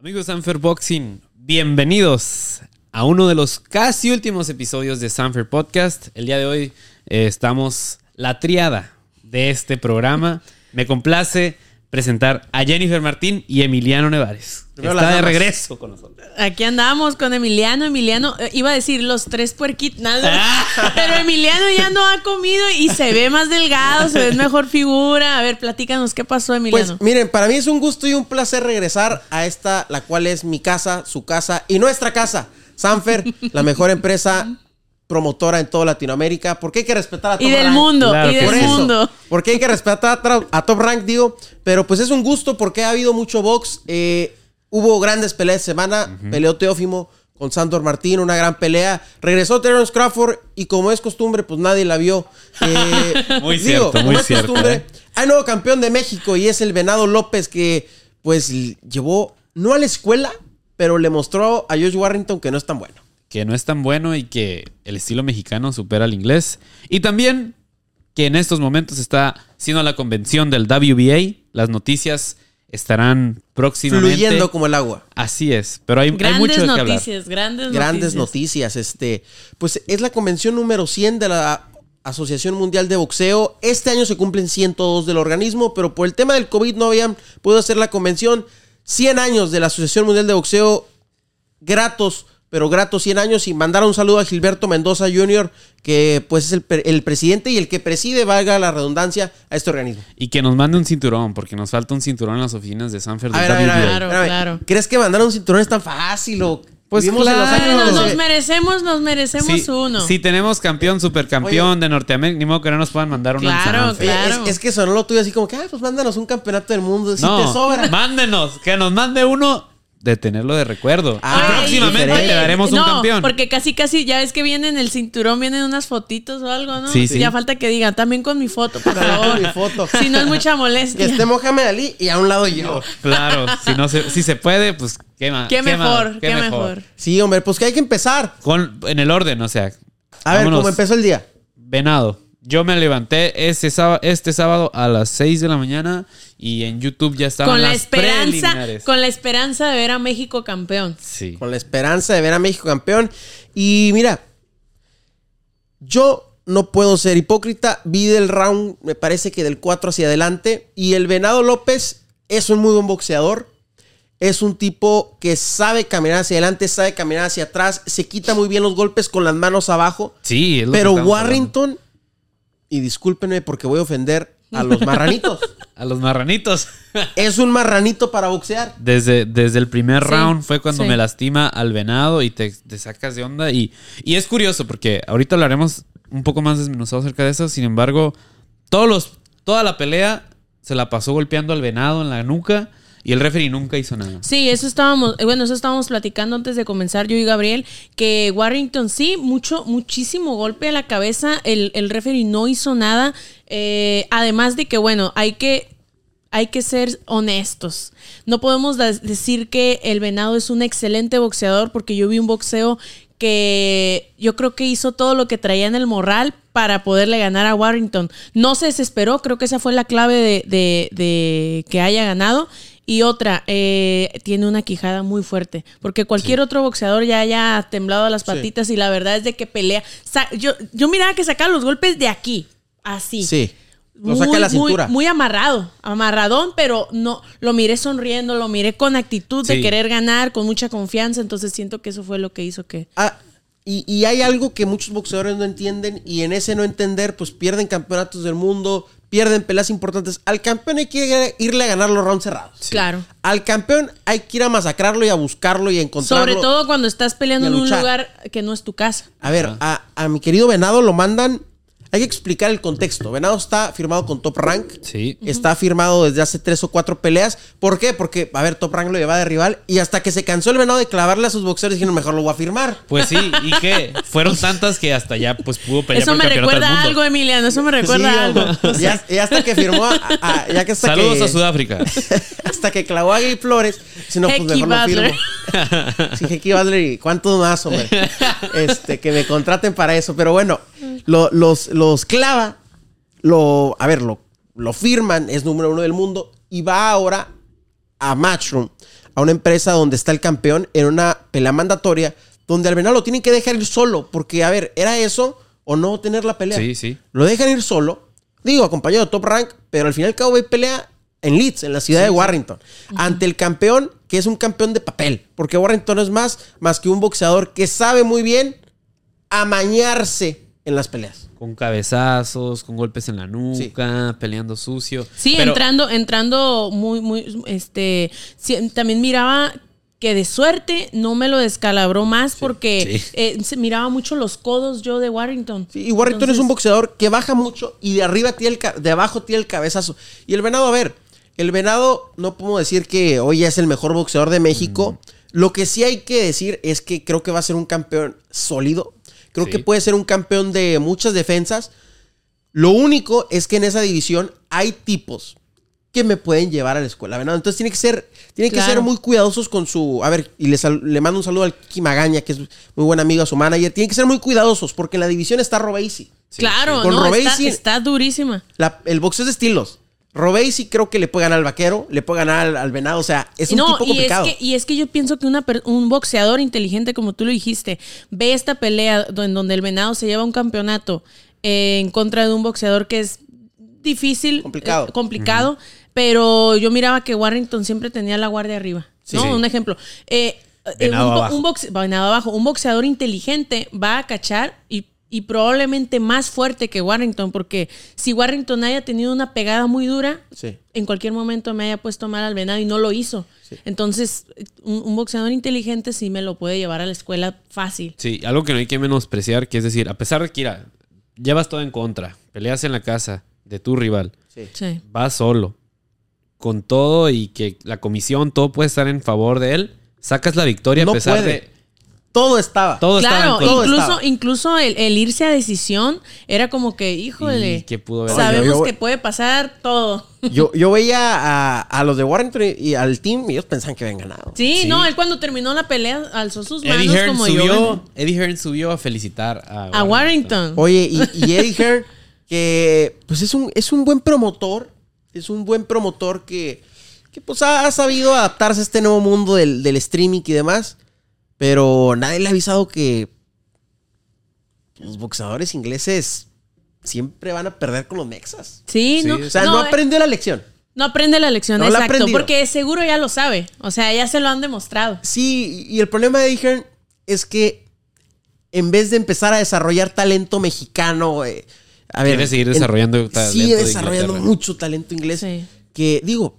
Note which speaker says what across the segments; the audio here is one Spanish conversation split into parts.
Speaker 1: Amigos de Sanfer Boxing, bienvenidos a uno de los casi últimos episodios de Sanfer Podcast. El día de hoy eh, estamos la triada de este programa. Me complace presentar a Jennifer Martín y Emiliano Nevares. que
Speaker 2: Primero las
Speaker 1: Está de
Speaker 2: damas.
Speaker 1: regreso con nosotros.
Speaker 3: Aquí andamos con Emiliano. Emiliano, eh, iba a decir los tres puerquitos, nada. Pero Emiliano ya no ha comido y se ve más delgado, se ve en mejor figura. A ver, platícanos qué pasó, Emiliano.
Speaker 2: Pues miren, para mí es un gusto y un placer regresar a esta, la cual es mi casa, su casa y nuestra casa. Sanfer, la mejor empresa promotora en toda Latinoamérica. Porque hay que respetar a
Speaker 3: y
Speaker 2: Top
Speaker 3: del
Speaker 2: Rank.
Speaker 3: mundo,
Speaker 1: Claro
Speaker 3: y
Speaker 1: que
Speaker 3: del
Speaker 2: Por
Speaker 1: sí.
Speaker 2: eso,
Speaker 3: mundo.
Speaker 2: Porque hay que respetar a, tra- a Top Rank, digo. Pero pues es un gusto porque ha habido mucho box. eh, hubo grandes peleas de semana. Peleó Teófimo con Sandor Martín, una gran pelea. Regresó Terence Crawford y como es costumbre, pues nadie la vio. Eh,
Speaker 1: Muy cierto,
Speaker 2: como
Speaker 1: muy
Speaker 2: es
Speaker 1: cierto,
Speaker 2: costumbre,
Speaker 1: eh.
Speaker 2: Hay nuevo campeón de México y es el Venado López que pues l- llevó, no a la escuela, pero le mostró a Josh Warrington que no es tan bueno.
Speaker 1: Que no es tan bueno y que el estilo mexicano supera al inglés. Y también que en estos momentos está siendo la convención del WBA. Las noticias estarán próximamente.
Speaker 2: Fluyendo como el agua.
Speaker 1: Así es, pero hay, hay mucho
Speaker 3: Grandes
Speaker 1: de qué hablar.
Speaker 3: noticias, grandes,
Speaker 2: grandes
Speaker 3: noticias.
Speaker 2: noticias. Este, pues es la convención número 100 de la Asociación Mundial de Boxeo. Este año se cumplen 102 del organismo, pero por el tema del COVID no habían podido hacer la convención. 100 años de la Asociación Mundial de Boxeo, gratos, pero gratos 100 años. Y mandar un saludo a Gilberto Mendoza Jr., que pues es el, pre- el presidente y el que preside, valga la redundancia, a este organismo.
Speaker 1: Y que nos mande un cinturón, porque nos falta un cinturón en las oficinas de Sanfer
Speaker 2: A
Speaker 1: del
Speaker 2: ver, a ver, a ver,
Speaker 1: WBA.
Speaker 3: Claro,
Speaker 2: a ver.
Speaker 3: claro.
Speaker 2: ¿Crees que mandar un cinturón es tan fácil o...?
Speaker 1: Pues
Speaker 2: vivimos en los
Speaker 1: claro.
Speaker 2: años
Speaker 3: Bueno,
Speaker 2: donde
Speaker 3: Ah, nos
Speaker 2: se-
Speaker 3: merecemos, nos merecemos
Speaker 1: Sí,
Speaker 3: uno.
Speaker 1: sí, tenemos
Speaker 2: Eh,
Speaker 1: campeón, supercampeón de Norteamérica, ni modo que no nos puedan mandar una
Speaker 3: Claro,
Speaker 1: ensalada.
Speaker 3: claro.
Speaker 2: Oye, Eh, Es, es que sonó lo tuyo así como que, ah, pues mándanos un campeonato del mundo. Si te
Speaker 1: No,
Speaker 2: sobra.
Speaker 1: mándenos, que nos mande uno de tenerlo de recuerdo.
Speaker 2: Ah,
Speaker 1: y
Speaker 3: Ay,
Speaker 1: próximamente
Speaker 2: diferente.
Speaker 1: te daremos un
Speaker 3: no,
Speaker 1: campeón.
Speaker 3: Porque casi, casi, ya ves que vienen el cinturón, vienen unas fotitos o algo, ¿no?
Speaker 1: Sí, sí.
Speaker 3: Ya falta que digan, también con mi foto, por
Speaker 2: También con
Speaker 3: favor.
Speaker 2: mi foto.
Speaker 3: Si no es mucha
Speaker 2: Que
Speaker 3: molestia.
Speaker 2: esté Mohamed Ali y a un lado yo.
Speaker 1: Claro, si, no se, si se puede, pues quema.
Speaker 3: Ah, Qué mejor, qué mejor.
Speaker 2: Sí, hombre, pues que hay que empezar.
Speaker 1: Con, en el orden, o sea.
Speaker 2: A ver,
Speaker 1: vámonos.
Speaker 2: ¿cómo empezó el día?
Speaker 1: Venado. Yo me levanté ese sábado, este sábado a las 6 de la mañana y en YouTube ya estaban
Speaker 3: Con la
Speaker 1: las
Speaker 3: esperanza,
Speaker 1: preliminares.
Speaker 3: con la esperanza de ver a México campeón.
Speaker 1: Sí.
Speaker 2: Con la esperanza de ver a México campeón. Y mira, yo no puedo ser hipócrita. Vi del round, me parece que del 4 hacia adelante. Y el Venado López es un muy buen boxeador. Es un tipo que sabe caminar hacia adelante, sabe caminar hacia atrás. Se quita muy bien los golpes con las manos abajo.
Speaker 1: Sí, es lo que
Speaker 2: Pero
Speaker 1: estamos hablando.
Speaker 2: Warrington, y discúlpenme porque voy a ofender a los marranitos.
Speaker 1: A los marranitos.
Speaker 2: es un marranito para boxear.
Speaker 1: Desde, desde el primer
Speaker 3: Sí,
Speaker 1: round fue cuando
Speaker 3: sí.
Speaker 1: me lastima al venado y te, te sacas de onda. Y, y es curioso porque ahorita hablaremos un poco más desmenuzado acerca de eso. Sin embargo, todos los, toda la pelea se la pasó golpeando al venado en la nuca y el referee nunca hizo nada.
Speaker 3: Sí, eso estábamos, eh, bueno, eso estábamos platicando antes de comenzar yo y Gabriel, que Warrington sí, mucho, muchísimo golpe a la cabeza, el, el referee no hizo nada, eh, además de que, bueno, hay que, hay que ser honestos, no podemos da- decir que el Venado es un excelente boxeador, porque yo vi un boxeo que yo creo que hizo todo lo que traía en el morral para poderle ganar a Warrington. No se desesperó, creo que esa fue la clave de, de- de que haya ganado. Y otra, eh, tiene una quijada muy fuerte, porque cualquier otro boxeador ya haya temblado las patitas y la verdad es de que pelea. Sa- yo, yo miraba que sacaba los golpes de aquí, así.
Speaker 2: Sí. Lo saca de la cintura.
Speaker 3: Muy, muy amarrado, amarradón, pero no, lo miré sonriendo, lo miré con actitud
Speaker 1: Sí.
Speaker 3: de querer ganar, con mucha confianza, entonces siento que eso fue lo que hizo que...
Speaker 2: Ah, y, y hay algo que muchos boxeadores no entienden y en ese no entender, pues pierden campeonatos del mundo, pierden peleas importantes. Al campeón hay que irle a ganar los rounds cerrados.
Speaker 3: Claro.
Speaker 2: Al campeón hay que ir a masacrarlo y a buscarlo y a encontrarlo.
Speaker 3: Sobre todo cuando estás
Speaker 2: y
Speaker 3: peleando
Speaker 2: a
Speaker 3: en un
Speaker 2: luchar.
Speaker 3: lugar que no es tu casa.
Speaker 2: A ver,
Speaker 1: Ah.
Speaker 2: a, a mi querido Venado lo mandan. Hay que explicar el contexto. Venado está firmado con Top Rank.
Speaker 1: Sí.
Speaker 2: Está firmado desde hace tres o cuatro peleas. ¿Por qué? Porque, a ver, Top Rank lo lleva de rival. Y hasta que se cansó el venado de clavarle a sus boxeadores, dijeron, mejor lo voy a firmar.
Speaker 1: Pues sí, y que fueron tantas que hasta ya pues pudo pelear por
Speaker 3: eso me
Speaker 1: el campeonato del
Speaker 3: recuerda
Speaker 1: mundo.
Speaker 3: algo, Emiliano, eso me recuerda
Speaker 2: Sí,
Speaker 3: algo.
Speaker 2: hombre. Y, hasta- y hasta que firmó. a- a- ya que hasta
Speaker 1: Saludos
Speaker 2: que,
Speaker 1: a Sudáfrica.
Speaker 2: Hasta que clavó a Gay Flores. Si no, pues
Speaker 3: Hecky
Speaker 2: mejor lo
Speaker 3: Butler.
Speaker 2: firmo. Sí, Hecky Butler y cuántos más, hombre. Este, que me contraten para eso. Pero bueno, lo- los, los clava. Lo, a ver, lo, lo firman. Es número uno del mundo. Y va ahora a Matchroom. a una empresa donde está el campeón en una pelea mandatoria donde al venado lo tienen que dejar ir solo porque, a ver, ¿era eso o no tener la pelea?
Speaker 1: Sí, sí.
Speaker 2: Lo dejan ir solo, digo, acompañado de Top Rank, pero al final y al cabo hay pelea en Leeds, en la ciudad de Warrington, ante el campeón que es un campeón de papel, porque Warrington es más, más que un boxeador que sabe muy bien amañarse en las peleas.
Speaker 1: Con cabezazos, con golpes en la nuca, peleando sucio.
Speaker 3: Sí,
Speaker 1: Pero-
Speaker 3: entrando, entrando muy, muy, este, sí, también miraba que de suerte no me lo descalabró más porque
Speaker 1: sí.
Speaker 3: eh, se miraba mucho los codos yo de Warrington.
Speaker 2: Sí, y Warrington es un
Speaker 3: Entonces,
Speaker 2: boxeador que baja mucho y de arriba tiene el ca- de abajo tiene el cabezazo. Y el venado, a ver, el venado no podemos decir que hoy ya es el mejor boxeador de México. Lo que sí hay que decir es que creo que va a ser un campeón sólido. Creo
Speaker 1: Sí.
Speaker 2: que puede ser un campeón de muchas defensas. Lo único es que en esa división hay tipos que me pueden llevar a la escuela, venado. Entonces tiene que ser, tiene que
Speaker 3: Claro.
Speaker 2: ser muy cuidadosos con su, a ver, y le, sal- le mando un saludo al Kimagaña, que es muy buen amigo a su manager. Tiene que ser muy cuidadosos porque en la división está Robeisi.
Speaker 3: Claro,
Speaker 2: Con
Speaker 3: no, está,
Speaker 2: Robesi-
Speaker 3: está durísima.
Speaker 2: La- el boxeo es de estilos. Robeisi creo que le puede ganar al vaquero, le puede ganar al, al venado, o sea, es un
Speaker 3: no,
Speaker 2: tipo complicado.
Speaker 3: Y es, que, y es que yo pienso que una per- un boxeador inteligente, como tú lo dijiste, ve esta pelea do- en donde el venado se lleva un campeonato eh, en contra de un boxeador que es difícil,
Speaker 2: Complicado.
Speaker 3: eh, complicado pero yo miraba que Warrington siempre tenía la guardia arriba.
Speaker 1: Sí.
Speaker 3: ¿no?
Speaker 1: Sí.
Speaker 3: Un ejemplo. Eh, eh,
Speaker 1: Venado
Speaker 3: un, bo-
Speaker 1: abajo.
Speaker 3: un boxe- venado abajo. Un boxeador inteligente va a cachar y, y probablemente más fuerte que Warrington, porque si Warrington haya tenido una pegada muy dura,
Speaker 2: Sí.
Speaker 3: en cualquier momento me haya puesto mal al venado y no lo hizo. Entonces, un, un boxeador inteligente sí me lo puede llevar a la escuela fácil.
Speaker 1: Sí, algo que no hay que menospreciar, que es decir, a pesar de que mira, llevas todo en contra, peleas en la casa de tu rival,
Speaker 2: Sí.
Speaker 3: Sí.
Speaker 1: vas solo, con todo y que la comisión, todo puede estar en favor de él, sacas la victoria
Speaker 2: No
Speaker 1: a pesar
Speaker 2: puede.
Speaker 1: de
Speaker 2: Todo estaba.
Speaker 1: todo
Speaker 3: Claro,
Speaker 1: estaba en
Speaker 2: todo
Speaker 1: contra.
Speaker 3: incluso,
Speaker 2: estaba.
Speaker 3: incluso el, el irse a decisión era como que,
Speaker 1: Y
Speaker 3: híjole,
Speaker 1: que pudo haber-
Speaker 3: sabemos
Speaker 2: Yo- yo-
Speaker 3: que puede pasar todo.
Speaker 2: Yo, yo veía a, a los de Warrington y, y al team y ellos pensaban que habían ganado.
Speaker 3: Sí,
Speaker 1: Sí.
Speaker 3: no, él cuando terminó la pelea alzó sus
Speaker 1: Eddie
Speaker 3: manos
Speaker 1: Hearn
Speaker 3: como
Speaker 1: subió, Ah,
Speaker 3: yo.
Speaker 1: Eddie Hearn subió a felicitar a,
Speaker 3: A Warrington.
Speaker 2: Oye, y, y Eddie Hearn, que pues es un, es un buen promotor, es un buen promotor que, que pues ha, ha sabido adaptarse a este nuevo mundo del, del streaming y demás, pero nadie le ha avisado que los boxeadores ingleses siempre van a perder con los mexas.
Speaker 3: Sí,
Speaker 1: Sí,
Speaker 3: no.
Speaker 2: O sea, no,
Speaker 3: no, eh,
Speaker 2: aprendió la lección.
Speaker 3: no aprende la lección,
Speaker 2: No la ha
Speaker 3: exacto.
Speaker 2: aprendido.
Speaker 3: Porque seguro ya lo sabe. O sea, ya se lo han demostrado.
Speaker 2: Sí, y el problema de Eddie Hearn es que en vez de empezar a desarrollar talento mexicano, eh, a ver,
Speaker 1: Quiere seguir
Speaker 2: en-
Speaker 1: desarrollando talento
Speaker 2: sigue
Speaker 1: de
Speaker 2: desarrollando
Speaker 1: Inglaterra.
Speaker 2: mucho talento inglés.
Speaker 3: Sí.
Speaker 2: Que digo,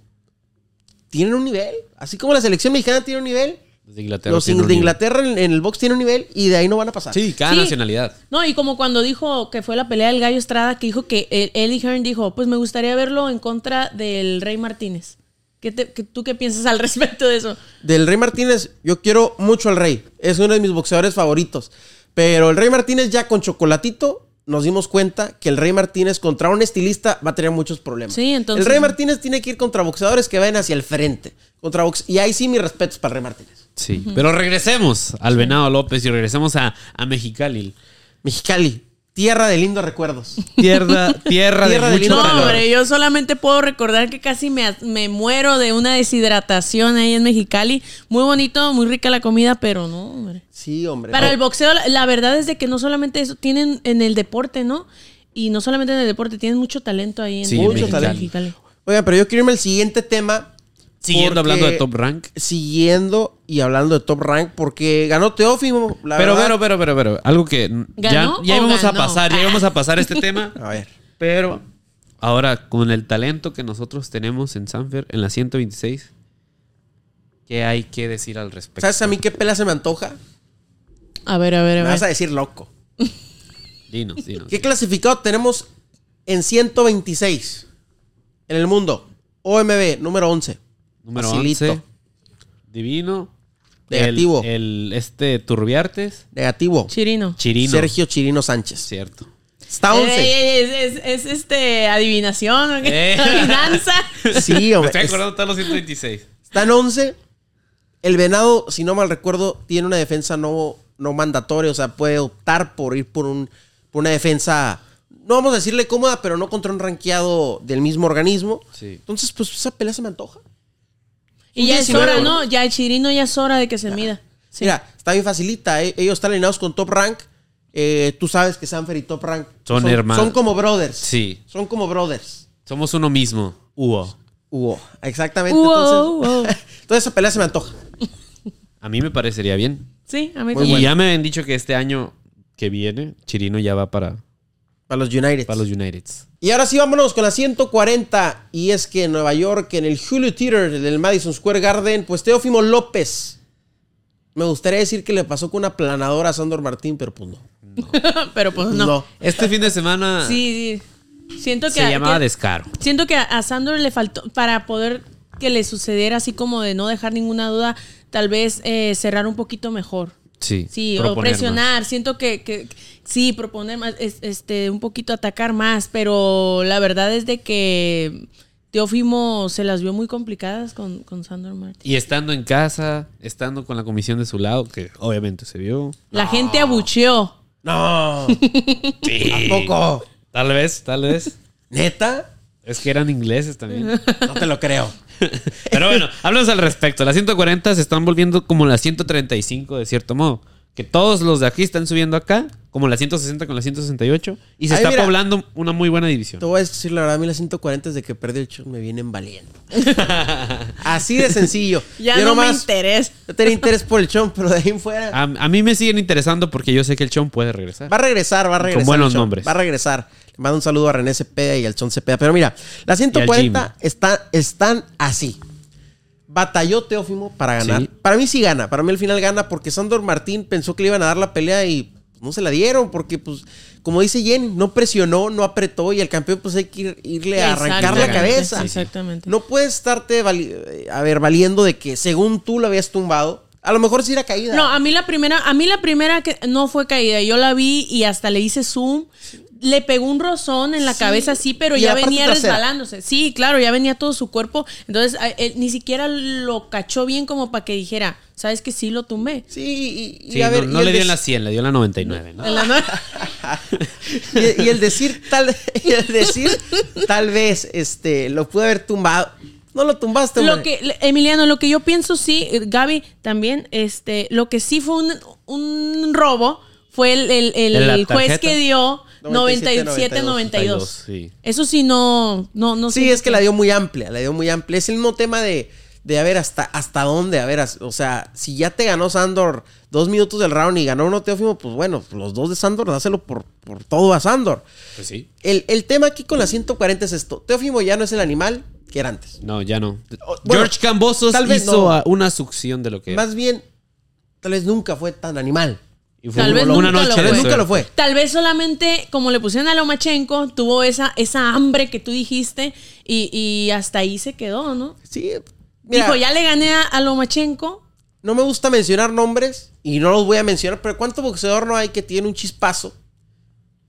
Speaker 2: tienen un nivel, así como la selección mexicana tiene un nivel,
Speaker 1: De Inglaterra.
Speaker 2: los
Speaker 1: tiene
Speaker 2: in-
Speaker 1: un
Speaker 2: de
Speaker 1: nivel.
Speaker 2: Inglaterra en, en el box tienen un nivel y de ahí no van a pasar.
Speaker 1: Sí, cada
Speaker 3: Sí.
Speaker 1: nacionalidad.
Speaker 3: No, y como cuando dijo que fue la pelea del Gallo Estrada, que dijo que eh, Eddie Hearn dijo, pues me gustaría verlo en contra del Rey Martínez. ¿Qué te- qué- ¿Tú qué piensas al respecto de eso?
Speaker 2: Del Rey Martínez, yo quiero mucho al Rey. Es uno de mis boxeadores favoritos. Pero el Rey Martínez ya con Chocolatito nos dimos cuenta que el Rey Martínez contra un estilista va a tener muchos problemas.
Speaker 3: Sí, entonces-
Speaker 2: El Rey Martínez tiene que ir contra boxeadores que vayan hacia el frente. Contra box y ahí sí mis respetos para el Rey Martínez.
Speaker 1: Sí. Pero regresemos al Venado López y regresemos a, a Mexicali.
Speaker 2: Mexicali, tierra de lindos recuerdos.
Speaker 1: Tierra, tierra,
Speaker 2: Tierra
Speaker 1: de
Speaker 2: de
Speaker 1: mucho
Speaker 3: No,
Speaker 2: lindos
Speaker 1: calor.
Speaker 3: hombre, yo solamente puedo recordar que casi me, me muero de una deshidratación ahí en Mexicali. Muy bonito, muy rica la comida, pero no, hombre.
Speaker 2: Sí, hombre.
Speaker 3: Para el boxeo, la, la verdad es de que no solamente eso, tienen en el deporte, ¿no? Y no solamente en el deporte, tienen mucho talento ahí en,
Speaker 1: Sí,
Speaker 2: en Mexicali. Oigan, pero yo quiero irme al siguiente tema.
Speaker 1: Siguiendo
Speaker 2: porque-
Speaker 1: hablando de Top Rank.
Speaker 2: Siguiendo y hablando de top rank porque ganó Teófimo, la
Speaker 1: Pero, pero,
Speaker 2: verdad.
Speaker 1: pero, pero, pero, algo que mm, ya,
Speaker 3: ¿Ganó
Speaker 1: ya
Speaker 3: o
Speaker 1: íbamos a
Speaker 3: ganó?
Speaker 1: pasar, ya íbamos a pasar este tema,
Speaker 2: A ver.
Speaker 1: pero ahora con el talento que nosotros tenemos en Sanfer, en la 126, ¿qué hay que decir al respecto?
Speaker 2: Pues, ¿Sabes a mí qué pela se me antoja?
Speaker 3: A ver, a ver, a
Speaker 2: Me
Speaker 3: ver.
Speaker 2: vas a decir loco.
Speaker 1: Dinos, dinos.
Speaker 2: Pues, ¿Qué clasificado tenemos en 126 en el mundo? OMB, número 11.
Speaker 1: Número
Speaker 2: Facilito.
Speaker 1: 11, Divino.
Speaker 2: Negativo.
Speaker 1: El, el- este Turbiartes,
Speaker 2: Negativo.
Speaker 3: Chirino.
Speaker 1: Chirino.
Speaker 2: Sergio Chirino Sánchez.
Speaker 1: Cierto.
Speaker 2: Está 11.
Speaker 3: Ey, ey, ey, Eh, es, es- es, este adivinación, ¿o qué?
Speaker 1: Eh.
Speaker 3: adivinanza.
Speaker 2: Sí,
Speaker 1: Me
Speaker 2: hombre.
Speaker 1: estoy acordando de los 126.
Speaker 2: Está en 11. El Venado, si no mal recuerdo, tiene una defensa no, no mandatoria. O sea, puede optar por ir por, un, por una defensa, no vamos a decirle cómoda, pero no contra un ranqueado del mismo organismo.
Speaker 1: Sí.
Speaker 2: Entonces, pues esa pelea se me antoja.
Speaker 3: Y ya es
Speaker 2: 19,
Speaker 3: hora,
Speaker 2: bro.
Speaker 3: ¿no? Ya el Chirino ya es hora de que se mida. Sí.
Speaker 2: Mira, está bien facilita. eh. Ellos están alineados con Top Rank. Eh, tú sabes que Sanfer y Top Rank
Speaker 1: Son hermanos.
Speaker 2: Son como brothers.
Speaker 1: Sí.
Speaker 2: Son como brothers.
Speaker 1: Somos uno mismo. Hugo.
Speaker 2: Hugo. Exactamente.
Speaker 3: Hugo,
Speaker 2: entonces, entonces esa pelea se me antoja.
Speaker 1: A mí me parecería bien.
Speaker 3: Sí, a mí
Speaker 2: Muy
Speaker 1: y
Speaker 3: también.
Speaker 1: ya me han dicho que este año que viene, Chirino ya va para,
Speaker 2: Para los United.
Speaker 1: para los Uniteds.
Speaker 2: Y ahora sí, vámonos con la 140. Y es que en Nueva York, en el Julio Theater del Madison Square Garden, pues Teófimo López. Me gustaría decir que le pasó con una planadora a Sandor Martín, pero pues no.
Speaker 3: Pero pues no.
Speaker 2: No.
Speaker 1: Este fin de semana
Speaker 3: Sí, sí. Siento que.
Speaker 1: se llamaba
Speaker 3: que-
Speaker 1: Descaro.
Speaker 3: Siento que a, a Sandor le faltó para poder que le sucediera así como de no dejar ninguna duda, tal vez eh, cerrar un poquito mejor.
Speaker 1: Sí.
Speaker 3: Sí, o
Speaker 1: proponer más.
Speaker 3: presionar. Siento que, que- sí, proponer más, es- este, un poquito atacar más, pero la verdad es de que Teófimo se las vio muy complicadas con, con Sandor Martín.
Speaker 1: Y estando en casa, estando con la comisión de su lado, que obviamente se vio.
Speaker 3: La
Speaker 2: Ah.
Speaker 3: gente abucheó.
Speaker 2: No. Tampoco.
Speaker 1: Tal vez, tal vez.
Speaker 2: ¿Neta?
Speaker 1: Es que eran ingleses también.
Speaker 2: No te lo creo.
Speaker 1: Pero bueno, háblanos al respecto. Las 140 se están volviendo como las 135 de cierto modo. Que todos los de aquí están subiendo acá, como la 160 con la 168. Y se
Speaker 2: Ay,
Speaker 1: está
Speaker 2: mira.
Speaker 1: poblando una muy buena división.
Speaker 2: Te voy a decir la verdad, a mí las 140 desde que perdí el show me vienen valiendo. Así de sencillo.
Speaker 3: Ya
Speaker 2: Yo
Speaker 3: no me
Speaker 2: nomás-
Speaker 3: interesa.
Speaker 2: Yo tenía interés por el chon, pero de ahí en fuera.
Speaker 1: A, a mí me siguen interesando porque yo sé que el Chon puede regresar.
Speaker 2: Va a regresar, va a regresar.
Speaker 1: buenos
Speaker 2: el Chon,
Speaker 1: nombres.
Speaker 2: Va a regresar. Le mando un saludo a René Cepeda y al Chon Cepeda. Pero mira, las
Speaker 1: Y al
Speaker 2: 140 están, están así. Batalló Teófimo para ganar.
Speaker 1: Sí.
Speaker 2: Para mí sí gana. Para mí al final gana porque Sandor Martín pensó que le iban a dar la pelea y no se la dieron porque, pues, como dice Jenny, no presionó, no apretó y el campeón pues hay que ir- irle a arrancar la
Speaker 1: Exactamente,
Speaker 2: cabeza.
Speaker 3: Exactamente.
Speaker 2: No puedes estarte, vali- eh, a ver, valiendo de que según tú lo habías tumbado. A lo mejor sí era caída.
Speaker 3: No, a mí la primera, a mí la primera que no fue caída. Yo la vi y hasta le hice zoom. Le pegó un rozón en la cabeza, sí, pero
Speaker 2: Y
Speaker 3: ya
Speaker 2: la parte
Speaker 3: venía
Speaker 2: trasera.
Speaker 3: resbalándose. Sí, claro, ya venía todo su cuerpo. Entonces, a- él ni siquiera lo cachó bien como para que dijera, ¿sabes que Sí, lo tumbé.
Speaker 2: Sí, y, y
Speaker 1: Sí,
Speaker 2: a ver.
Speaker 1: no
Speaker 2: y
Speaker 1: no
Speaker 2: el
Speaker 1: le dio en
Speaker 2: des-
Speaker 1: la 100, le dio en la 99. ¿no?
Speaker 3: En la noche.
Speaker 2: y, y el decir tal y el decir tal vez este lo pude haber tumbado no lo tumbaste
Speaker 3: Lo
Speaker 2: hombre.
Speaker 3: que, le- Emiliano, lo que yo pienso sí, eh, Gaby también, este, lo que sí fue un, un robo fue el, el- el
Speaker 1: La
Speaker 3: juez
Speaker 1: tarjeta.
Speaker 3: que dio
Speaker 2: 97,
Speaker 3: 97-92.
Speaker 1: 92, sí.
Speaker 3: Eso sí no, no, no
Speaker 2: sí
Speaker 3: siento
Speaker 2: es que la dio muy amplia la dio muy amplia es el mismo tema de de a ver hasta hasta dónde a ver as- o sea si ya te ganó Sandor dos minutos del round y ganó uno Teófimo pues bueno los dos de Sandor dáselo por por todo a Sandor
Speaker 1: Pues sí.
Speaker 2: el, el tema aquí con las 140 es esto Teófimo ya no es el animal que era antes
Speaker 1: No, ya no.
Speaker 2: O- bueno,
Speaker 1: George Cambosos
Speaker 2: tal vez
Speaker 1: hizo
Speaker 2: no.
Speaker 1: a- una succión de lo que
Speaker 2: más bien tal vez nunca fue tan animal
Speaker 1: Y
Speaker 3: Tal vez
Speaker 1: una
Speaker 3: nunca lo
Speaker 1: noche
Speaker 2: tal
Speaker 1: de
Speaker 2: vez
Speaker 3: fue.
Speaker 2: nunca
Speaker 1: suerte.
Speaker 2: lo fue
Speaker 3: Tal vez solamente, como le pusieron a Lomachenko, tuvo esa, esa hambre que tú dijiste y, y hasta ahí se quedó, ¿no?
Speaker 2: sí mira,
Speaker 3: Dijo, ya le gané a, a Lomachenko.
Speaker 2: No me gusta mencionar nombres y no los voy a mencionar, pero ¿cuánto boxeador no hay que tiene un chispazo?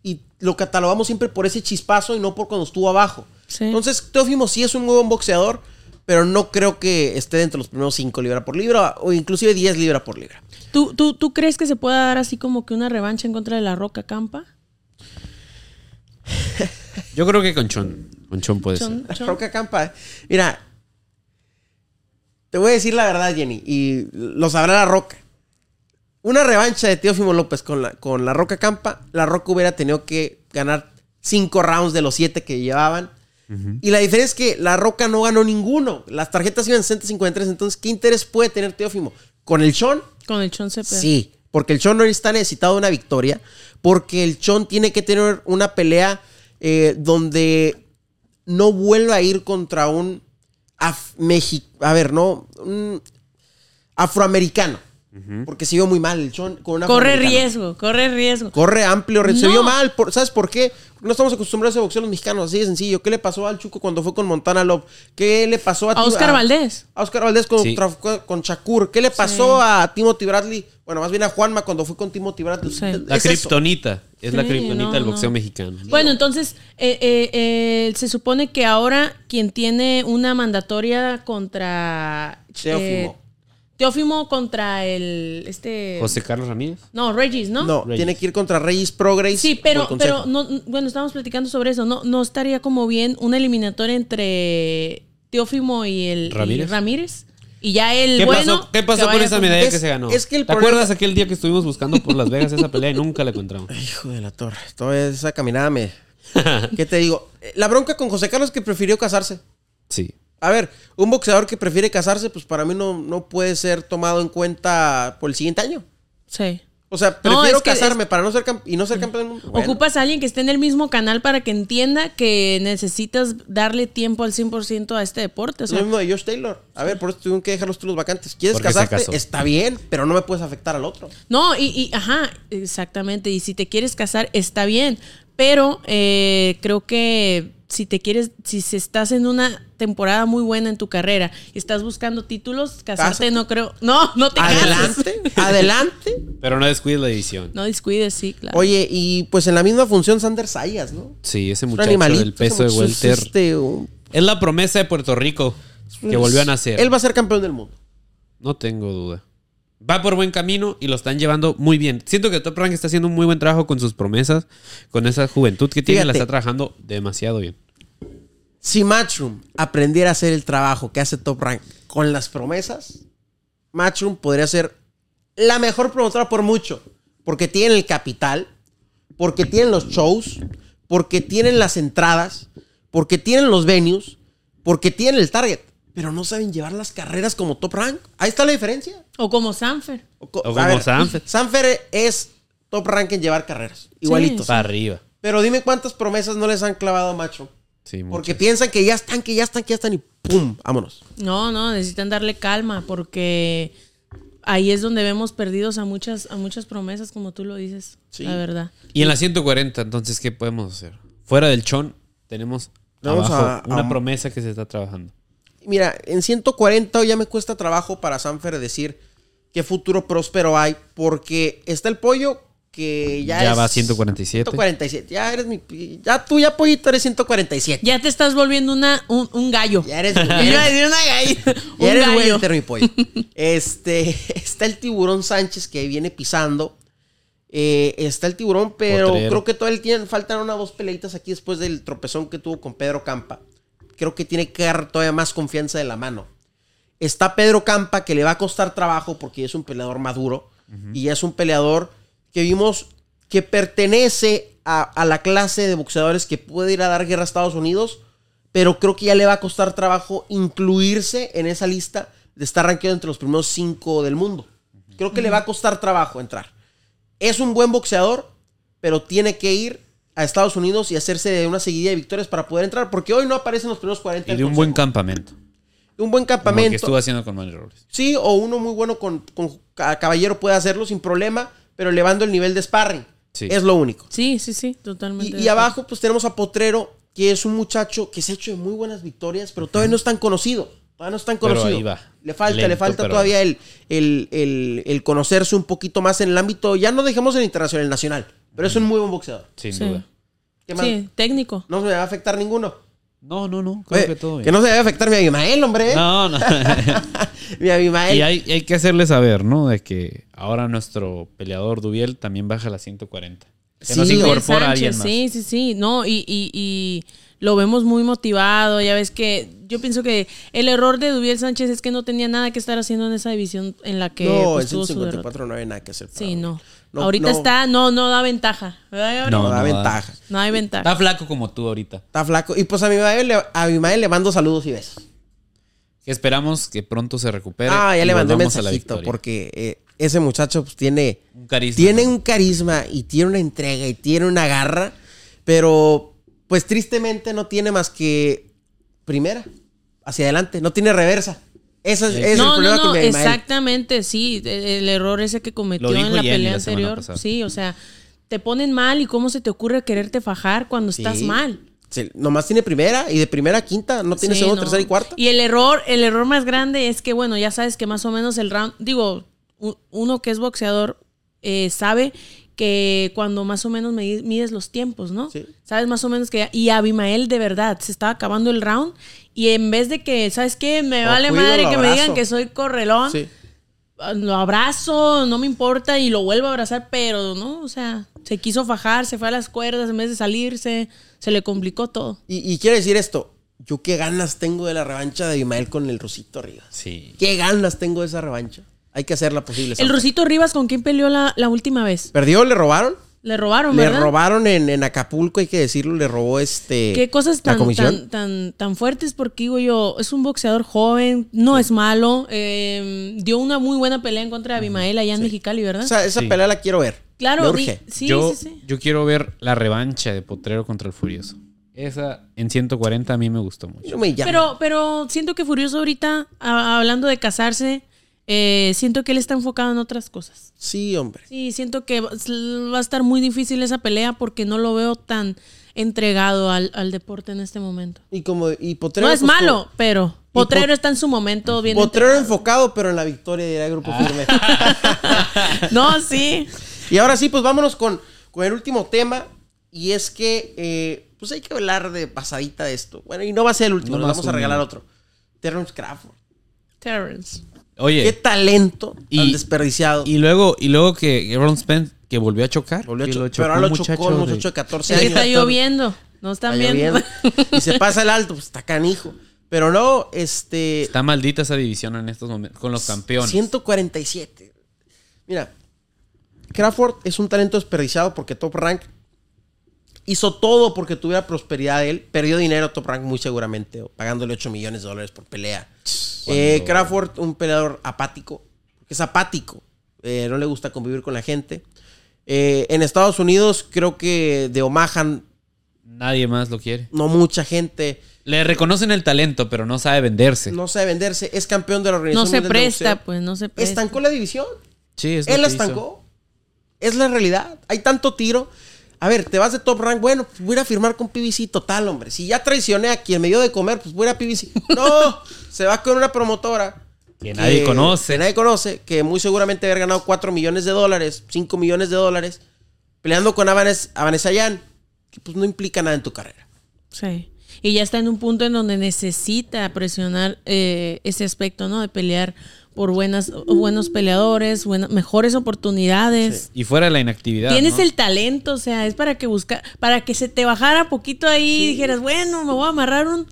Speaker 2: Y lo catalogamos siempre por ese chispazo y no por cuando estuvo abajo.
Speaker 3: Sí.
Speaker 2: Entonces, Teófimo sí es un muy buen boxeador, pero no creo que esté dentro de los primeros 5 libra por libra o inclusive 10 libra por libra.
Speaker 3: ¿Tú, tú, ¿Tú crees que se pueda dar así como que una revancha en contra de la Roca Campa?
Speaker 1: Yo creo que con Chon. Con Chon puede
Speaker 3: Chon-
Speaker 1: ser.
Speaker 3: Chon-
Speaker 2: Roca Campa, eh. mira, te voy a decir la verdad, Jenny, y lo sabrá la Roca. Una revancha de Teófimo López con la, con la Roca Campa, la Roca hubiera tenido que ganar cinco rounds de los siete que llevaban. Y la diferencia es que la Roca no ganó ninguno. Las tarjetas iban 153, entonces, ¿qué interés puede tener Teófimo? ¿Con el Sean?
Speaker 3: Con el Chon Cepeda.
Speaker 2: Sí, porque el Chon no está necesitado de una victoria, porque el Chon tiene que tener una pelea eh, donde no vuelva a ir contra un af- mexi- a ver, no, un afroamericano, porque se vio muy mal el Chon con un
Speaker 3: Corre
Speaker 2: afroamericano.
Speaker 3: riesgo, corre riesgo.
Speaker 2: Corre amplio riesgo. Se
Speaker 3: No.
Speaker 2: vio mal, por- ¿sabes por qué? No estamos acostumbrados a boxear los mexicanos, así de sencillo. ¿Qué le pasó al Chuco cuando fue con Montana Love? ¿Qué le pasó a,
Speaker 3: A
Speaker 2: ti-
Speaker 3: Oscar Valdés.
Speaker 2: a Oscar Valdés con,
Speaker 1: Sí.
Speaker 2: tra- con Shakur. ¿Qué le pasó a Timothy Bradley? Bueno, más bien a Juanma cuando fue con Timothy Bradley.
Speaker 3: Sí.
Speaker 2: Es
Speaker 1: La
Speaker 2: eso.
Speaker 1: kriptonita. Es la
Speaker 3: Sí,
Speaker 1: kriptonita
Speaker 3: no,
Speaker 1: del boxeo
Speaker 3: no.
Speaker 1: mexicano.
Speaker 3: Bueno, entonces eh, eh, eh, se supone que ahora quien tiene una mandatoria contra eh,
Speaker 2: Teófimo.
Speaker 3: Teófimo contra el este
Speaker 1: José Carlos Ramírez.
Speaker 3: no Regis, ¿no?
Speaker 2: No,
Speaker 1: Reyes.
Speaker 2: tiene que ir contra Reyes Progress.
Speaker 3: Sí, pero pero no n- bueno estábamos platicando sobre eso. No no estaría como bien una eliminatoria entre Teófimo y el y
Speaker 1: Ramírez.
Speaker 3: Ramírez. Y ya el
Speaker 1: ¿Qué
Speaker 3: bueno.
Speaker 1: pasó, ¿qué
Speaker 3: que
Speaker 1: pasó con
Speaker 3: vaya
Speaker 1: esa
Speaker 3: con-
Speaker 1: medalla
Speaker 2: Es-
Speaker 1: que se ganó?
Speaker 2: es que el
Speaker 1: ¿Te
Speaker 2: problema-
Speaker 1: acuerdas aquel día que estuvimos buscando por Las Vegas esa pelea y nunca la encontramos?
Speaker 2: Hijo de la torre. Toda esa caminada me. ¿Qué te digo? Eh, La bronca con José Carlos es que prefirió casarse.
Speaker 1: Sí.
Speaker 2: A ver, un boxeador que prefiere casarse, pues para mí no, no puede ser tomado en cuenta por el siguiente año.
Speaker 3: Sí.
Speaker 2: O sea,
Speaker 3: No,
Speaker 2: prefiero
Speaker 3: es que
Speaker 2: casarme para no ser camp- y no ser campeón del mundo. Bueno.
Speaker 3: Ocupas a alguien que esté en el mismo canal para que entienda que necesitas darle tiempo al 100% a este deporte. o
Speaker 2: Es
Speaker 3: sea,
Speaker 2: lo mismo de Josh Taylor. A ver, por eso tuvieron que dejar los títulos vacantes. ¿Quieres
Speaker 1: Porque se casó.
Speaker 2: casarte? Está bien, pero no me puedes afectar al otro.
Speaker 3: No, y, y- ajá, exactamente. Y si te quieres casar, está bien. Pero eh, creo que si te quieres, si se- estás en una temporada muy buena en tu carrera y estás buscando títulos, casarte
Speaker 2: Cásate.
Speaker 3: no creo. No, no te cases.
Speaker 2: Adelante, adelante.
Speaker 1: Pero no descuides la edición.
Speaker 3: No descuides, sí, claro.
Speaker 2: Oye, y pues en la misma función Sander Sayas, ¿no?
Speaker 1: Sí, ese
Speaker 2: Es un
Speaker 1: muchacho
Speaker 2: animalito,
Speaker 1: del peso de
Speaker 2: ese muchacho es
Speaker 1: Welter.
Speaker 2: este, un- pues,
Speaker 1: Es la promesa de Puerto Rico que volvió a nacer.
Speaker 2: Él va a ser campeón del mundo.
Speaker 1: No tengo duda. Va por buen camino y lo están llevando muy bien. Siento que Top Rank está haciendo un muy buen trabajo con sus promesas, con esa juventud que tiene, la
Speaker 2: Fíjate.
Speaker 1: está trabajando demasiado bien.
Speaker 2: Si Matchroom aprendiera a hacer el trabajo que hace Top Rank con las promesas, Matchroom podría ser la mejor promotora por mucho. Porque tienen el capital, porque tienen los shows, porque tienen las entradas, porque tienen los venues, porque tienen el target. Pero no saben llevar las carreras como Top Rank. Ahí está la diferencia.
Speaker 3: O como Sanfer.
Speaker 2: O, co-
Speaker 1: O como
Speaker 2: a
Speaker 1: Sanfer.
Speaker 2: Sanfer es Top Rank en llevar carreras. Igualito.
Speaker 1: Para arriba.
Speaker 2: Pero dime cuántas promesas no les han clavado a Matchroom.
Speaker 1: Sí,
Speaker 2: Porque piensan que ya están, que ya están, que ya están y ¡pum! Vámonos.
Speaker 3: No, no, necesitan darle calma porque ahí es donde vemos perdidos a muchas, a muchas promesas, como tú lo dices.
Speaker 2: Sí.
Speaker 3: La verdad.
Speaker 1: Y en la 140, entonces, ¿qué podemos hacer? Fuera del chon, tenemos
Speaker 2: Vamos
Speaker 1: abajo
Speaker 2: a-
Speaker 1: una
Speaker 2: a-
Speaker 1: promesa que se está trabajando.
Speaker 2: Mira, en 140 ya me cuesta trabajo para Sanfer decir qué futuro próspero hay, porque está el pollo que ya,
Speaker 1: Ya
Speaker 2: es
Speaker 1: va a 147.
Speaker 2: 147. Ya eres mi. Ya tú, ya pollito, eres 147.
Speaker 3: Ya te estás volviendo una, un, un gallo.
Speaker 2: Ya eres. Ya
Speaker 3: Iba a
Speaker 2: eres,
Speaker 3: decir una gallina.
Speaker 2: ya
Speaker 3: Un
Speaker 2: eres
Speaker 3: gallo.
Speaker 2: welter, mi pollo. Este, está el tiburón Sánchez que viene pisando. Eh, está el tiburón, pero
Speaker 1: Potrero.
Speaker 2: creo que todavía tienen, faltan unas dos peleitas aquí después del tropezón que tuvo con Pedro Campa. Creo que tiene que dar todavía más confianza de la mano. Está Pedro Campa, que le va a costar trabajo porque es un peleador maduro y es un peleador que vimos que pertenece a, a la clase de boxeadores que puede ir a dar guerra a Estados Unidos, pero creo que ya le va a costar trabajo incluirse en esa lista de estar rankeado entre los primeros cinco del mundo. Creo que le va a costar trabajo entrar es un buen boxeador, pero tiene que ir a Estados Unidos y hacerse de una seguidilla de victorias para poder entrar, porque hoy no aparecen los primeros 40.
Speaker 1: Y
Speaker 2: del
Speaker 1: de un buen
Speaker 2: consejo.
Speaker 1: campamento.
Speaker 2: Un buen
Speaker 1: Como el que
Speaker 2: campamento.
Speaker 1: estuvo haciendo con Manuel Robles.
Speaker 2: Sí, o uno muy bueno con, con ca- Caballero puede hacerlo sin problema, pero elevando el nivel de sparring.
Speaker 1: Sí.
Speaker 2: Es lo único.
Speaker 3: Sí, sí, sí, totalmente.
Speaker 2: Y,
Speaker 3: de
Speaker 2: y
Speaker 3: acuerdo.
Speaker 2: abajo pues tenemos a Potrero, que es un muchacho que se ha hecho de muy buenas victorias, pero todavía no es tan conocido. Todavía no es tan
Speaker 1: Pero
Speaker 2: conocido.
Speaker 1: ahí va.
Speaker 2: Le falta, le
Speaker 1: Lento,
Speaker 2: falta
Speaker 1: pero
Speaker 2: todavía el, el- el- el conocerse un poquito más en el ámbito, ya no dejemos el internacional, el nacional, pero es un muy buen boxeador.
Speaker 1: Sin
Speaker 3: Sí.
Speaker 1: duda.
Speaker 2: ¿Qué más?
Speaker 3: Sí, técnico.
Speaker 2: No se me va a afectar ninguno.
Speaker 1: No, no, no. Creo
Speaker 2: Oye,
Speaker 1: que todo bien.
Speaker 2: no se me va a afectar mi Abimael, hombre. ¿eh?
Speaker 1: no, no.
Speaker 2: Mi Abimael.
Speaker 1: Y hay, y hay que hacerle saber, ¿no? De que ahora nuestro peleador Dubiel también baja a las 140. Que
Speaker 2: Sí,
Speaker 1: nos
Speaker 2: Dubiel
Speaker 1: incorpora a alguien
Speaker 3: Sánchez,
Speaker 1: más.
Speaker 3: sí, sí, sí. No, y, y- y lo vemos muy motivado. Ya ves que yo pienso que el error de Dubiel Sánchez es que no tenía nada que estar haciendo en esa división en la que
Speaker 2: no,
Speaker 3: pues,
Speaker 2: en
Speaker 3: tuvo su derrota.
Speaker 2: 154 no hay nada que hacer. para
Speaker 3: Sí,
Speaker 2: mí.
Speaker 3: no.
Speaker 2: No,
Speaker 3: Ahorita
Speaker 2: no.
Speaker 3: está, no, no da ventaja. ¿Verdad, Gabriel?
Speaker 1: No.
Speaker 2: No, da
Speaker 1: da.
Speaker 2: ventaja.
Speaker 3: No hay ventaja.
Speaker 1: Está
Speaker 2: Ah,
Speaker 1: flaco como tú ahorita.
Speaker 2: Está flaco. Y pues a mi madre, le- a mi madre le mando saludos y besos.
Speaker 1: Que esperamos que pronto se recupere.
Speaker 2: ah, ya
Speaker 1: y
Speaker 2: le mandé un
Speaker 1: volvamos a la
Speaker 2: mensajito
Speaker 1: victoria.
Speaker 2: porque eh, ese muchacho pues, tiene,
Speaker 1: Un carisma.
Speaker 2: tiene un carisma y tiene una entrega y tiene una garra, pero pues tristemente no tiene más que primera, hacia adelante, no tiene reversa. Ese es, ese es el
Speaker 3: no,
Speaker 2: problema
Speaker 3: no,
Speaker 2: con
Speaker 3: no,
Speaker 2: mi Abimael.
Speaker 3: exactamente, sí, el, el error ese que cometió
Speaker 1: Lo dijo
Speaker 3: en la
Speaker 1: Jenny
Speaker 3: pelea
Speaker 1: la semana
Speaker 3: anterior.
Speaker 1: pasada.
Speaker 3: Sí, o sea, te ponen mal y cómo se te ocurre quererte fajar cuando estás
Speaker 2: Sí.
Speaker 3: mal.
Speaker 2: Sí, nomás tiene primera y de primera a quinta, no tiene
Speaker 3: Sí,
Speaker 2: segunda,
Speaker 3: no.
Speaker 2: tercera y cuarta.
Speaker 3: Y el error, el error más grande es que, bueno, ya sabes que más o menos el round, digo, u- uno que es boxeador eh, sabe que cuando más o menos medi- mides los tiempos, ¿no?
Speaker 2: Sí.
Speaker 3: Sabes más o menos que... ya- y Abimael, de verdad, se estaba acabando el round y en vez de que, ¿sabes qué? Me
Speaker 2: Lo
Speaker 3: vale
Speaker 2: cuido,
Speaker 3: madre
Speaker 2: lo
Speaker 3: que me digan
Speaker 2: abrazo.
Speaker 3: que soy correlón,
Speaker 2: Sí.
Speaker 3: ah, lo abrazo, no me importa y lo vuelvo a abrazar, pero, ¿no? O sea, se quiso fajar, se fue a las cuerdas en vez de salirse, se le complicó todo.
Speaker 2: Y, y quiero decir esto, yo qué ganas tengo de la revancha de Imael con el Rosito Rivas.
Speaker 1: Sí.
Speaker 2: ¿Qué ganas tengo de esa revancha? Hay que hacerla posible.
Speaker 3: El
Speaker 2: Samper.
Speaker 3: Rosito Rivas, ¿con quién peleó la, la última vez?
Speaker 2: ¿Perdió? ¿Le robaron?
Speaker 3: Le robaron,
Speaker 2: Le
Speaker 3: ¿verdad?
Speaker 2: robaron en, en Acapulco, hay que decirlo, le robó este...
Speaker 3: Qué cosas
Speaker 2: la
Speaker 3: tan,
Speaker 2: comisión.
Speaker 3: tan, tan, tan fuertes porque digo yo, es un boxeador joven, no es malo, eh, dio una muy buena pelea en contra de Abimael allá en Mexicali, ¿verdad?
Speaker 2: O sea, esa
Speaker 1: Sí.
Speaker 2: pelea la quiero ver. Me
Speaker 3: claro, di-
Speaker 2: urge.
Speaker 3: sí,
Speaker 1: yo,
Speaker 3: sí, sí.
Speaker 1: yo quiero ver la revancha de Potrero contra el Furioso. Esa en 140 a mí me gustó mucho.
Speaker 2: No me llama.
Speaker 3: Pero, pero siento que Furioso ahorita, a- hablando de casarse, eh, siento que él está enfocado en otras cosas.
Speaker 2: Sí, hombre.
Speaker 3: Sí, siento que va va a estar muy difícil esa pelea porque no lo veo tan entregado al, al deporte en este momento.
Speaker 2: Y como... Y Potrero,
Speaker 3: No es
Speaker 2: pues,
Speaker 3: malo, pero
Speaker 2: Pot-
Speaker 3: Potrero está en su momento bien.
Speaker 2: como- Potrero enfocado, pero en la victoria del grupo firme.
Speaker 3: entre- No, sí.
Speaker 2: Y ahora sí, pues vámonos con, con el último tema. Y es que, eh, pues hay que hablar de pasadita de esto. Bueno, y no va a ser el último,
Speaker 1: No
Speaker 2: nos
Speaker 1: más
Speaker 2: vamos a
Speaker 1: uno.
Speaker 2: regalar otro. Terrence Crawford.
Speaker 3: Terrence.
Speaker 2: Qué
Speaker 1: Oye,
Speaker 2: talento tan
Speaker 1: Y-
Speaker 2: desperdiciado.
Speaker 1: y luego, y luego que que Ron Spence que volvió a chocar.
Speaker 2: Volvió a
Speaker 1: que
Speaker 2: cho-
Speaker 1: lo
Speaker 2: pero ahora
Speaker 1: un
Speaker 2: lo chocó un
Speaker 1: de-
Speaker 2: muchacho de 14
Speaker 3: Es
Speaker 2: años.
Speaker 3: que está lloviendo. No
Speaker 2: Está
Speaker 3: están viendo.
Speaker 2: lloviendo. y se pasa el alto, pues está canijo. Pero no, este.
Speaker 1: Está maldita esa división en estos momentos con los campeones.
Speaker 2: 147. Mira, Crawford es un talento desperdiciado porque Top Rank hizo todo porque tuviera prosperidad de él. Perdió dinero a Top Rank muy seguramente, o pagándole 8 millones de dólares por pelea. Eh, Crawford, un peleador apático, porque es apático, eh, no le gusta convivir con la gente. Eh, en Estados Unidos creo que de Omaha
Speaker 1: Nadie más lo quiere.
Speaker 2: no mucha gente,
Speaker 1: Le reconocen el talento, pero no sabe venderse.
Speaker 2: no sabe venderse, es campeón de la
Speaker 3: No
Speaker 2: organización.
Speaker 3: se
Speaker 2: Mundial de
Speaker 3: presta,
Speaker 2: Boxeo.
Speaker 3: pues, no se presta.
Speaker 2: Estancó la división.
Speaker 1: Sí, es lo
Speaker 2: Él la
Speaker 1: que hizo.
Speaker 2: estancó. Es la realidad. Hay tanto tiro. A ver, te vas de top rank. Bueno, pues voy a ir a firmar con PBC total, hombre. Si ya traicioné a quien me dio de comer, pues voy a ir a PBC. No, se va con una promotora.
Speaker 1: Que nadie conoce.
Speaker 2: Que nadie conoce. Que muy seguramente haber ganado 4 millones de dólares, 5 millones de dólares, peleando con Avanes, Avanesayan. Que pues no implica nada en tu carrera.
Speaker 3: Sí. Y ya está en un punto en donde necesita presionar eh, ese aspecto, ¿no? De pelear por buenas, buenos peleadores, buena- mejores oportunidades.
Speaker 1: Y fuera de la inactividad.
Speaker 3: Tienes
Speaker 1: ¿no?
Speaker 3: el talento, o sea, es para que busca, para que se te bajara poquito ahí y dijeras, bueno, me voy a amarrar un,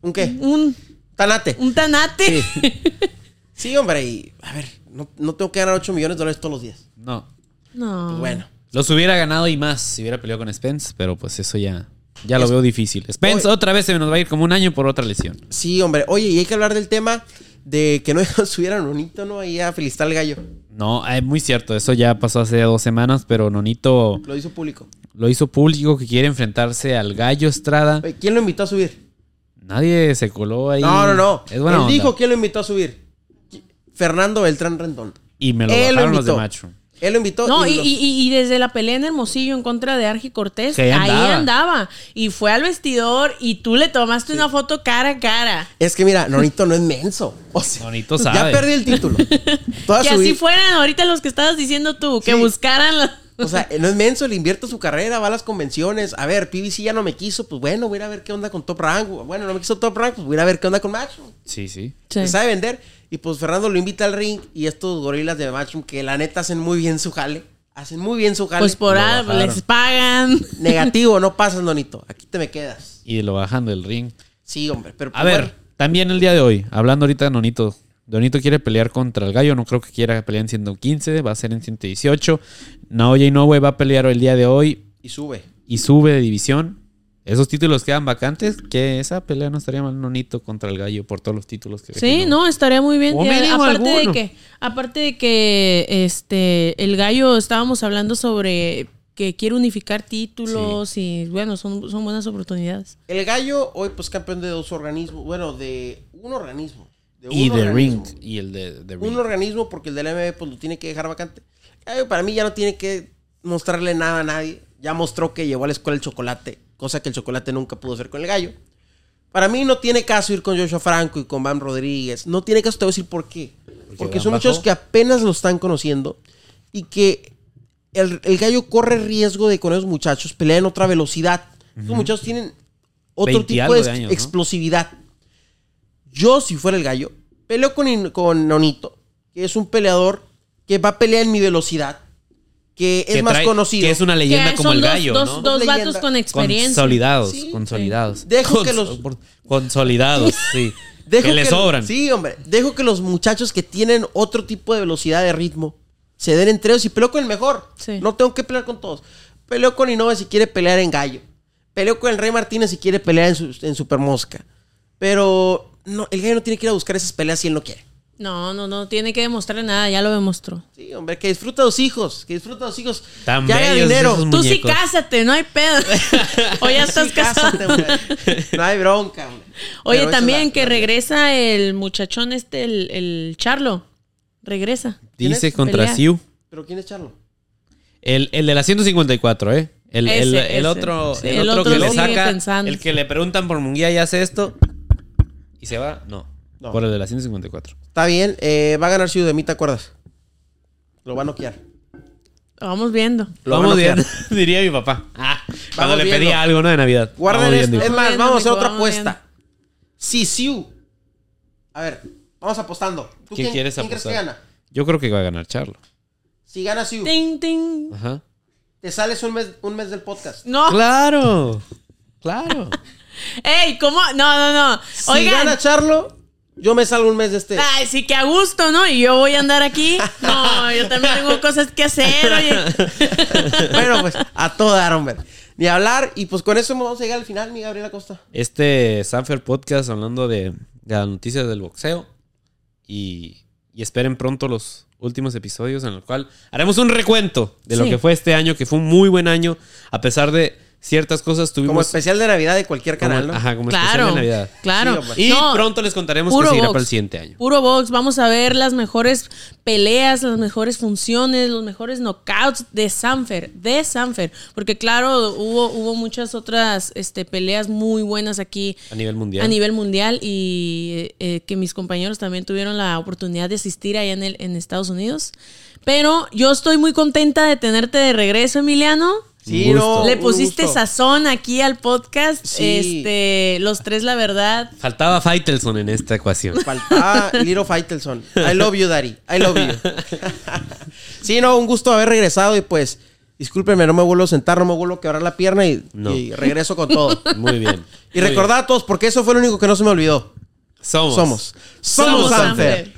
Speaker 2: ¿Un qué?
Speaker 3: un,
Speaker 2: Tanate.
Speaker 3: un tanate.
Speaker 2: Sí, hombre. Y, a ver, no, no tengo que ganar 8 millones de dólares todos los días.
Speaker 1: No.
Speaker 3: No.
Speaker 2: Pues bueno.
Speaker 1: Los hubiera ganado y más si hubiera peleado con Spence, pero pues eso ya, ya lo veo difícil. Spence
Speaker 2: Oye.
Speaker 1: otra vez se nos va a ir como un año por otra lesión.
Speaker 2: Sí, hombre. Oye, y hay que hablar del tema de que no dejaron subir a Nonito, ¿no? Ahí a felicitar al gallo.
Speaker 1: No, es muy cierto, eso ya pasó hace dos semanas, pero Nonito
Speaker 2: Lo hizo público.
Speaker 1: lo hizo público que quiere enfrentarse al Gallo Estrada.
Speaker 2: Oye, ¿Quién lo invitó a subir?
Speaker 1: Nadie se coló ahí.
Speaker 2: No, no, no.
Speaker 1: Es buena
Speaker 2: Él
Speaker 1: onda.
Speaker 2: dijo quién lo invitó a subir. Fernando Beltrán Rendón.
Speaker 1: Y me lo
Speaker 2: Él lo
Speaker 1: bajaron los de
Speaker 2: invitó.
Speaker 1: Matchroom.
Speaker 2: Él lo invitó.
Speaker 3: No, y,
Speaker 2: los-
Speaker 3: y- y- y desde la pelea en Hermosillo en contra de Argi Cortés,
Speaker 1: Que ahí
Speaker 3: ahí
Speaker 1: andaba.
Speaker 3: andaba. Y fue al vestidor y tú le tomaste una foto cara a cara.
Speaker 2: Es que mira, Nonito no es menso. O sea,
Speaker 1: Nonito
Speaker 2: Ya
Speaker 1: sabe.
Speaker 2: perdí el título. Toda
Speaker 3: Que
Speaker 2: su
Speaker 3: así
Speaker 2: vida-
Speaker 3: fueran ahorita los que estabas diciendo tú, que
Speaker 2: Sí.
Speaker 3: buscaran la-
Speaker 2: O sea, no es menso, le invierte su carrera, va a las convenciones. A ver, PBC ya no me quiso, pues bueno, voy a ir a ver qué onda con Top Rank. Bueno, no me quiso Top Rank, pues voy a ir a ver qué onda con Matchroom.
Speaker 1: Sí, sí.
Speaker 3: Sí.
Speaker 2: Se sabe vender. Y pues Fernando lo invita al ring y estos gorilas de Matchroom que la neta hacen muy bien su jale. Hacen muy bien su jale.
Speaker 3: Pues por
Speaker 1: Lo
Speaker 3: algo
Speaker 1: bajaron.
Speaker 3: les pagan.
Speaker 2: Negativo, no pasas, Donito. Aquí te me quedas.
Speaker 1: Y lo bajan del ring.
Speaker 2: Sí, hombre. Pero pues
Speaker 1: A ver, también el día de hoy, hablando ahorita de Nonito. Nonito quiere pelear contra el Gallo, no creo que quiera pelear en 115, va a ser en 118. Naoya Inoue va a pelear el día de hoy
Speaker 2: Y sube.
Speaker 1: y sube de división. Esos títulos quedan vacantes, que esa pelea no estaría mal Nonito contra el Gallo por todos los títulos que
Speaker 3: Sí, no, estaría muy bien.
Speaker 1: O
Speaker 3: Ya,
Speaker 1: mínimo
Speaker 3: aparte
Speaker 1: alguno.
Speaker 3: de que, aparte de que este el gallo estábamos hablando sobre que quiere unificar títulos y bueno, son, son buenas oportunidades.
Speaker 2: El gallo hoy pues campeón de dos organismos. Bueno, de un organismo. De
Speaker 1: Y
Speaker 2: un
Speaker 1: de ring
Speaker 2: organismo.
Speaker 1: y el de, de ring.
Speaker 2: Un organismo porque el del MB pues lo tiene que dejar vacante. Ay, para mí ya no tiene que mostrarle nada a nadie. Ya mostró que llevó a la escuela el chocolate, cosa que el chocolate nunca pudo hacer con el gallo. Para mí no tiene caso ir con Joshua Franco y con Van Rodríguez. No tiene caso, te voy a decir por qué. Porque,
Speaker 1: Van
Speaker 2: son
Speaker 1: bajó.
Speaker 2: muchos que apenas lo están conociendo y que el, el gallo corre riesgo de con esos muchachos pelear en otra velocidad. Los muchachos tienen otro
Speaker 1: 20 y
Speaker 2: tipo
Speaker 1: algo
Speaker 2: de,
Speaker 1: de
Speaker 2: ex-
Speaker 1: años, ¿no?
Speaker 2: explosividad. Yo, si fuera el gallo, peleo con, In- con Nonito, que es un peleador que va a pelear en mi velocidad, que es
Speaker 1: que
Speaker 2: más
Speaker 1: trae-
Speaker 2: conocido.
Speaker 1: Que es una leyenda
Speaker 3: Que
Speaker 1: como
Speaker 3: son
Speaker 1: el
Speaker 3: dos-
Speaker 1: gallo,
Speaker 3: dos,
Speaker 1: ¿no?
Speaker 3: dos
Speaker 2: Leyenda.
Speaker 3: vatos con experiencia.
Speaker 1: Consolidados,
Speaker 2: Sí.
Speaker 1: consolidados.
Speaker 2: Dejo que los-
Speaker 1: por- Consolidados, sí.
Speaker 2: Dejo
Speaker 1: que les
Speaker 2: lo-
Speaker 1: sobran.
Speaker 2: Sí, hombre. Dejo que los muchachos que tienen otro tipo de velocidad de ritmo se den entre ellos y peleo con el mejor.
Speaker 3: Sí.
Speaker 2: No tengo que pelear con todos. Peleo con Innova si quiere pelear en gallo. Peleo con el Rey Martínez si quiere pelear en, su- en Super Mosca. Pero no, el gallo no tiene que ir a buscar esas peleas si él no quiere.
Speaker 3: No, no, no tiene que demostrar nada, ya lo demostró.
Speaker 2: Sí, hombre, que disfruta a los hijos. Que disfruta a los hijos.
Speaker 1: Tan
Speaker 2: que haga
Speaker 1: bellos
Speaker 2: dinero.
Speaker 1: esos
Speaker 3: Tú sí
Speaker 1: Muñecos.
Speaker 3: cásate, no hay pedo. o ya estás
Speaker 2: Sí,
Speaker 3: casado.
Speaker 2: cásate, hombre. No hay bronca, hombre.
Speaker 3: Oye,
Speaker 2: Pero esa es
Speaker 3: también
Speaker 2: la-
Speaker 3: que
Speaker 2: la-
Speaker 3: regresa el muchachón este, el, el Charlo. Regresa.
Speaker 1: Dice
Speaker 2: ¿Tienes?
Speaker 1: contra
Speaker 3: Pelea.
Speaker 1: Siu.
Speaker 2: ¿Pero quién es Charlo?
Speaker 1: El, el de la 154, ¿eh? El, el-
Speaker 3: Ese,
Speaker 1: el
Speaker 3: ese.
Speaker 1: otro,
Speaker 3: Sí,
Speaker 1: el
Speaker 3: el
Speaker 1: otro
Speaker 3: otro
Speaker 1: que le
Speaker 3: sigue
Speaker 1: saca.
Speaker 3: pensando.
Speaker 1: El que le preguntan por Munguía y hace esto. Y se va. No.
Speaker 2: No.
Speaker 1: Por el de la 154.
Speaker 2: Está bien, eh, va a ganar Ciudad de mí, ¿te acuerdas? Lo va a noquear.
Speaker 3: Lo vamos viendo.
Speaker 2: Lo
Speaker 1: vamos
Speaker 2: van a
Speaker 1: viendo, diría mi papá. Ah, cuando le
Speaker 2: viendo.
Speaker 1: pedía algo, ¿no? De Navidad.
Speaker 2: Guarden
Speaker 1: Vamos
Speaker 2: esto.
Speaker 1: viendo,
Speaker 2: Es
Speaker 1: hijo.
Speaker 2: más,
Speaker 3: Viendo,
Speaker 2: vamos a hacer
Speaker 3: mijo,
Speaker 2: otra
Speaker 3: vamos
Speaker 2: apuesta. Si Siu. A ver, vamos apostando. ¿Tú
Speaker 1: ¿Qué quieres
Speaker 2: quién crees que
Speaker 1: apostar?
Speaker 2: gana?
Speaker 1: Yo creo que va a ganar Charlo.
Speaker 2: Si gana Siu,
Speaker 3: Ting, ting.
Speaker 1: Ajá.
Speaker 2: te sales un mes, un mes del podcast.
Speaker 3: No.
Speaker 1: Claro. Claro.
Speaker 3: ey, ¿cómo? No, no, no.
Speaker 2: Si
Speaker 3: Oigan. Ah.
Speaker 2: gana Charlo, yo me salgo un mes de este.
Speaker 3: Ay, sí que a gusto, ¿no? Y yo voy a andar aquí. No, yo también tengo cosas que hacer, oye.
Speaker 2: bueno, pues, a todo dar, hombre. Ni hablar. Y pues con eso vamos a llegar al final, mi Gabriela Costa.
Speaker 1: Este Sanfer Podcast hablando de, de las noticias del boxeo. Y, y esperen pronto los últimos episodios en el cual haremos un recuento de lo
Speaker 3: Sí.
Speaker 1: que fue este año, que fue un muy buen año. A pesar de ciertas cosas, tuvimos.
Speaker 2: Como especial de Navidad de cualquier
Speaker 1: como-
Speaker 2: canal, ¿no?
Speaker 1: Ajá, como especial
Speaker 3: Claro.
Speaker 1: de Navidad.
Speaker 3: Claro.
Speaker 2: Sí, hombre.
Speaker 1: Y
Speaker 3: No,
Speaker 1: pronto les contaremos qué
Speaker 3: Puro
Speaker 1: seguirá
Speaker 3: box.
Speaker 1: para el siguiente año.
Speaker 3: Puro box, vamos a ver las mejores peleas, las mejores funciones, los mejores knockouts de Sanfer, de Sanfer, porque claro, hubo, hubo muchas otras este, peleas muy buenas aquí
Speaker 1: A nivel mundial.
Speaker 3: a nivel mundial y eh, eh, que mis compañeros también tuvieron la oportunidad de asistir allá en, el, en Estados Unidos. Pero yo estoy muy contenta de tenerte de regreso, Emiliano.
Speaker 2: Sí, no,
Speaker 3: Le
Speaker 2: un
Speaker 3: pusiste
Speaker 2: gusto.
Speaker 3: sazón aquí al podcast.
Speaker 2: Sí.
Speaker 3: Este, los tres, la verdad.
Speaker 1: Faltaba Faitelson en esta ecuación.
Speaker 2: Faltaba Ah, Little Faitelson. I love you, Daddy. I love you. sí, no, un gusto haber regresado y pues, discúlpenme, no me vuelvo a sentar, no me vuelvo a quebrar la pierna y,
Speaker 1: No.
Speaker 2: y regreso con todo.
Speaker 1: Muy bien.
Speaker 2: Y
Speaker 1: Muy bien.
Speaker 2: recordad a todos, porque eso fue lo único que no se me olvidó.
Speaker 1: Somos.
Speaker 2: Somos. Somos,
Speaker 1: Somos
Speaker 2: Sanfer.
Speaker 3: Sanfer.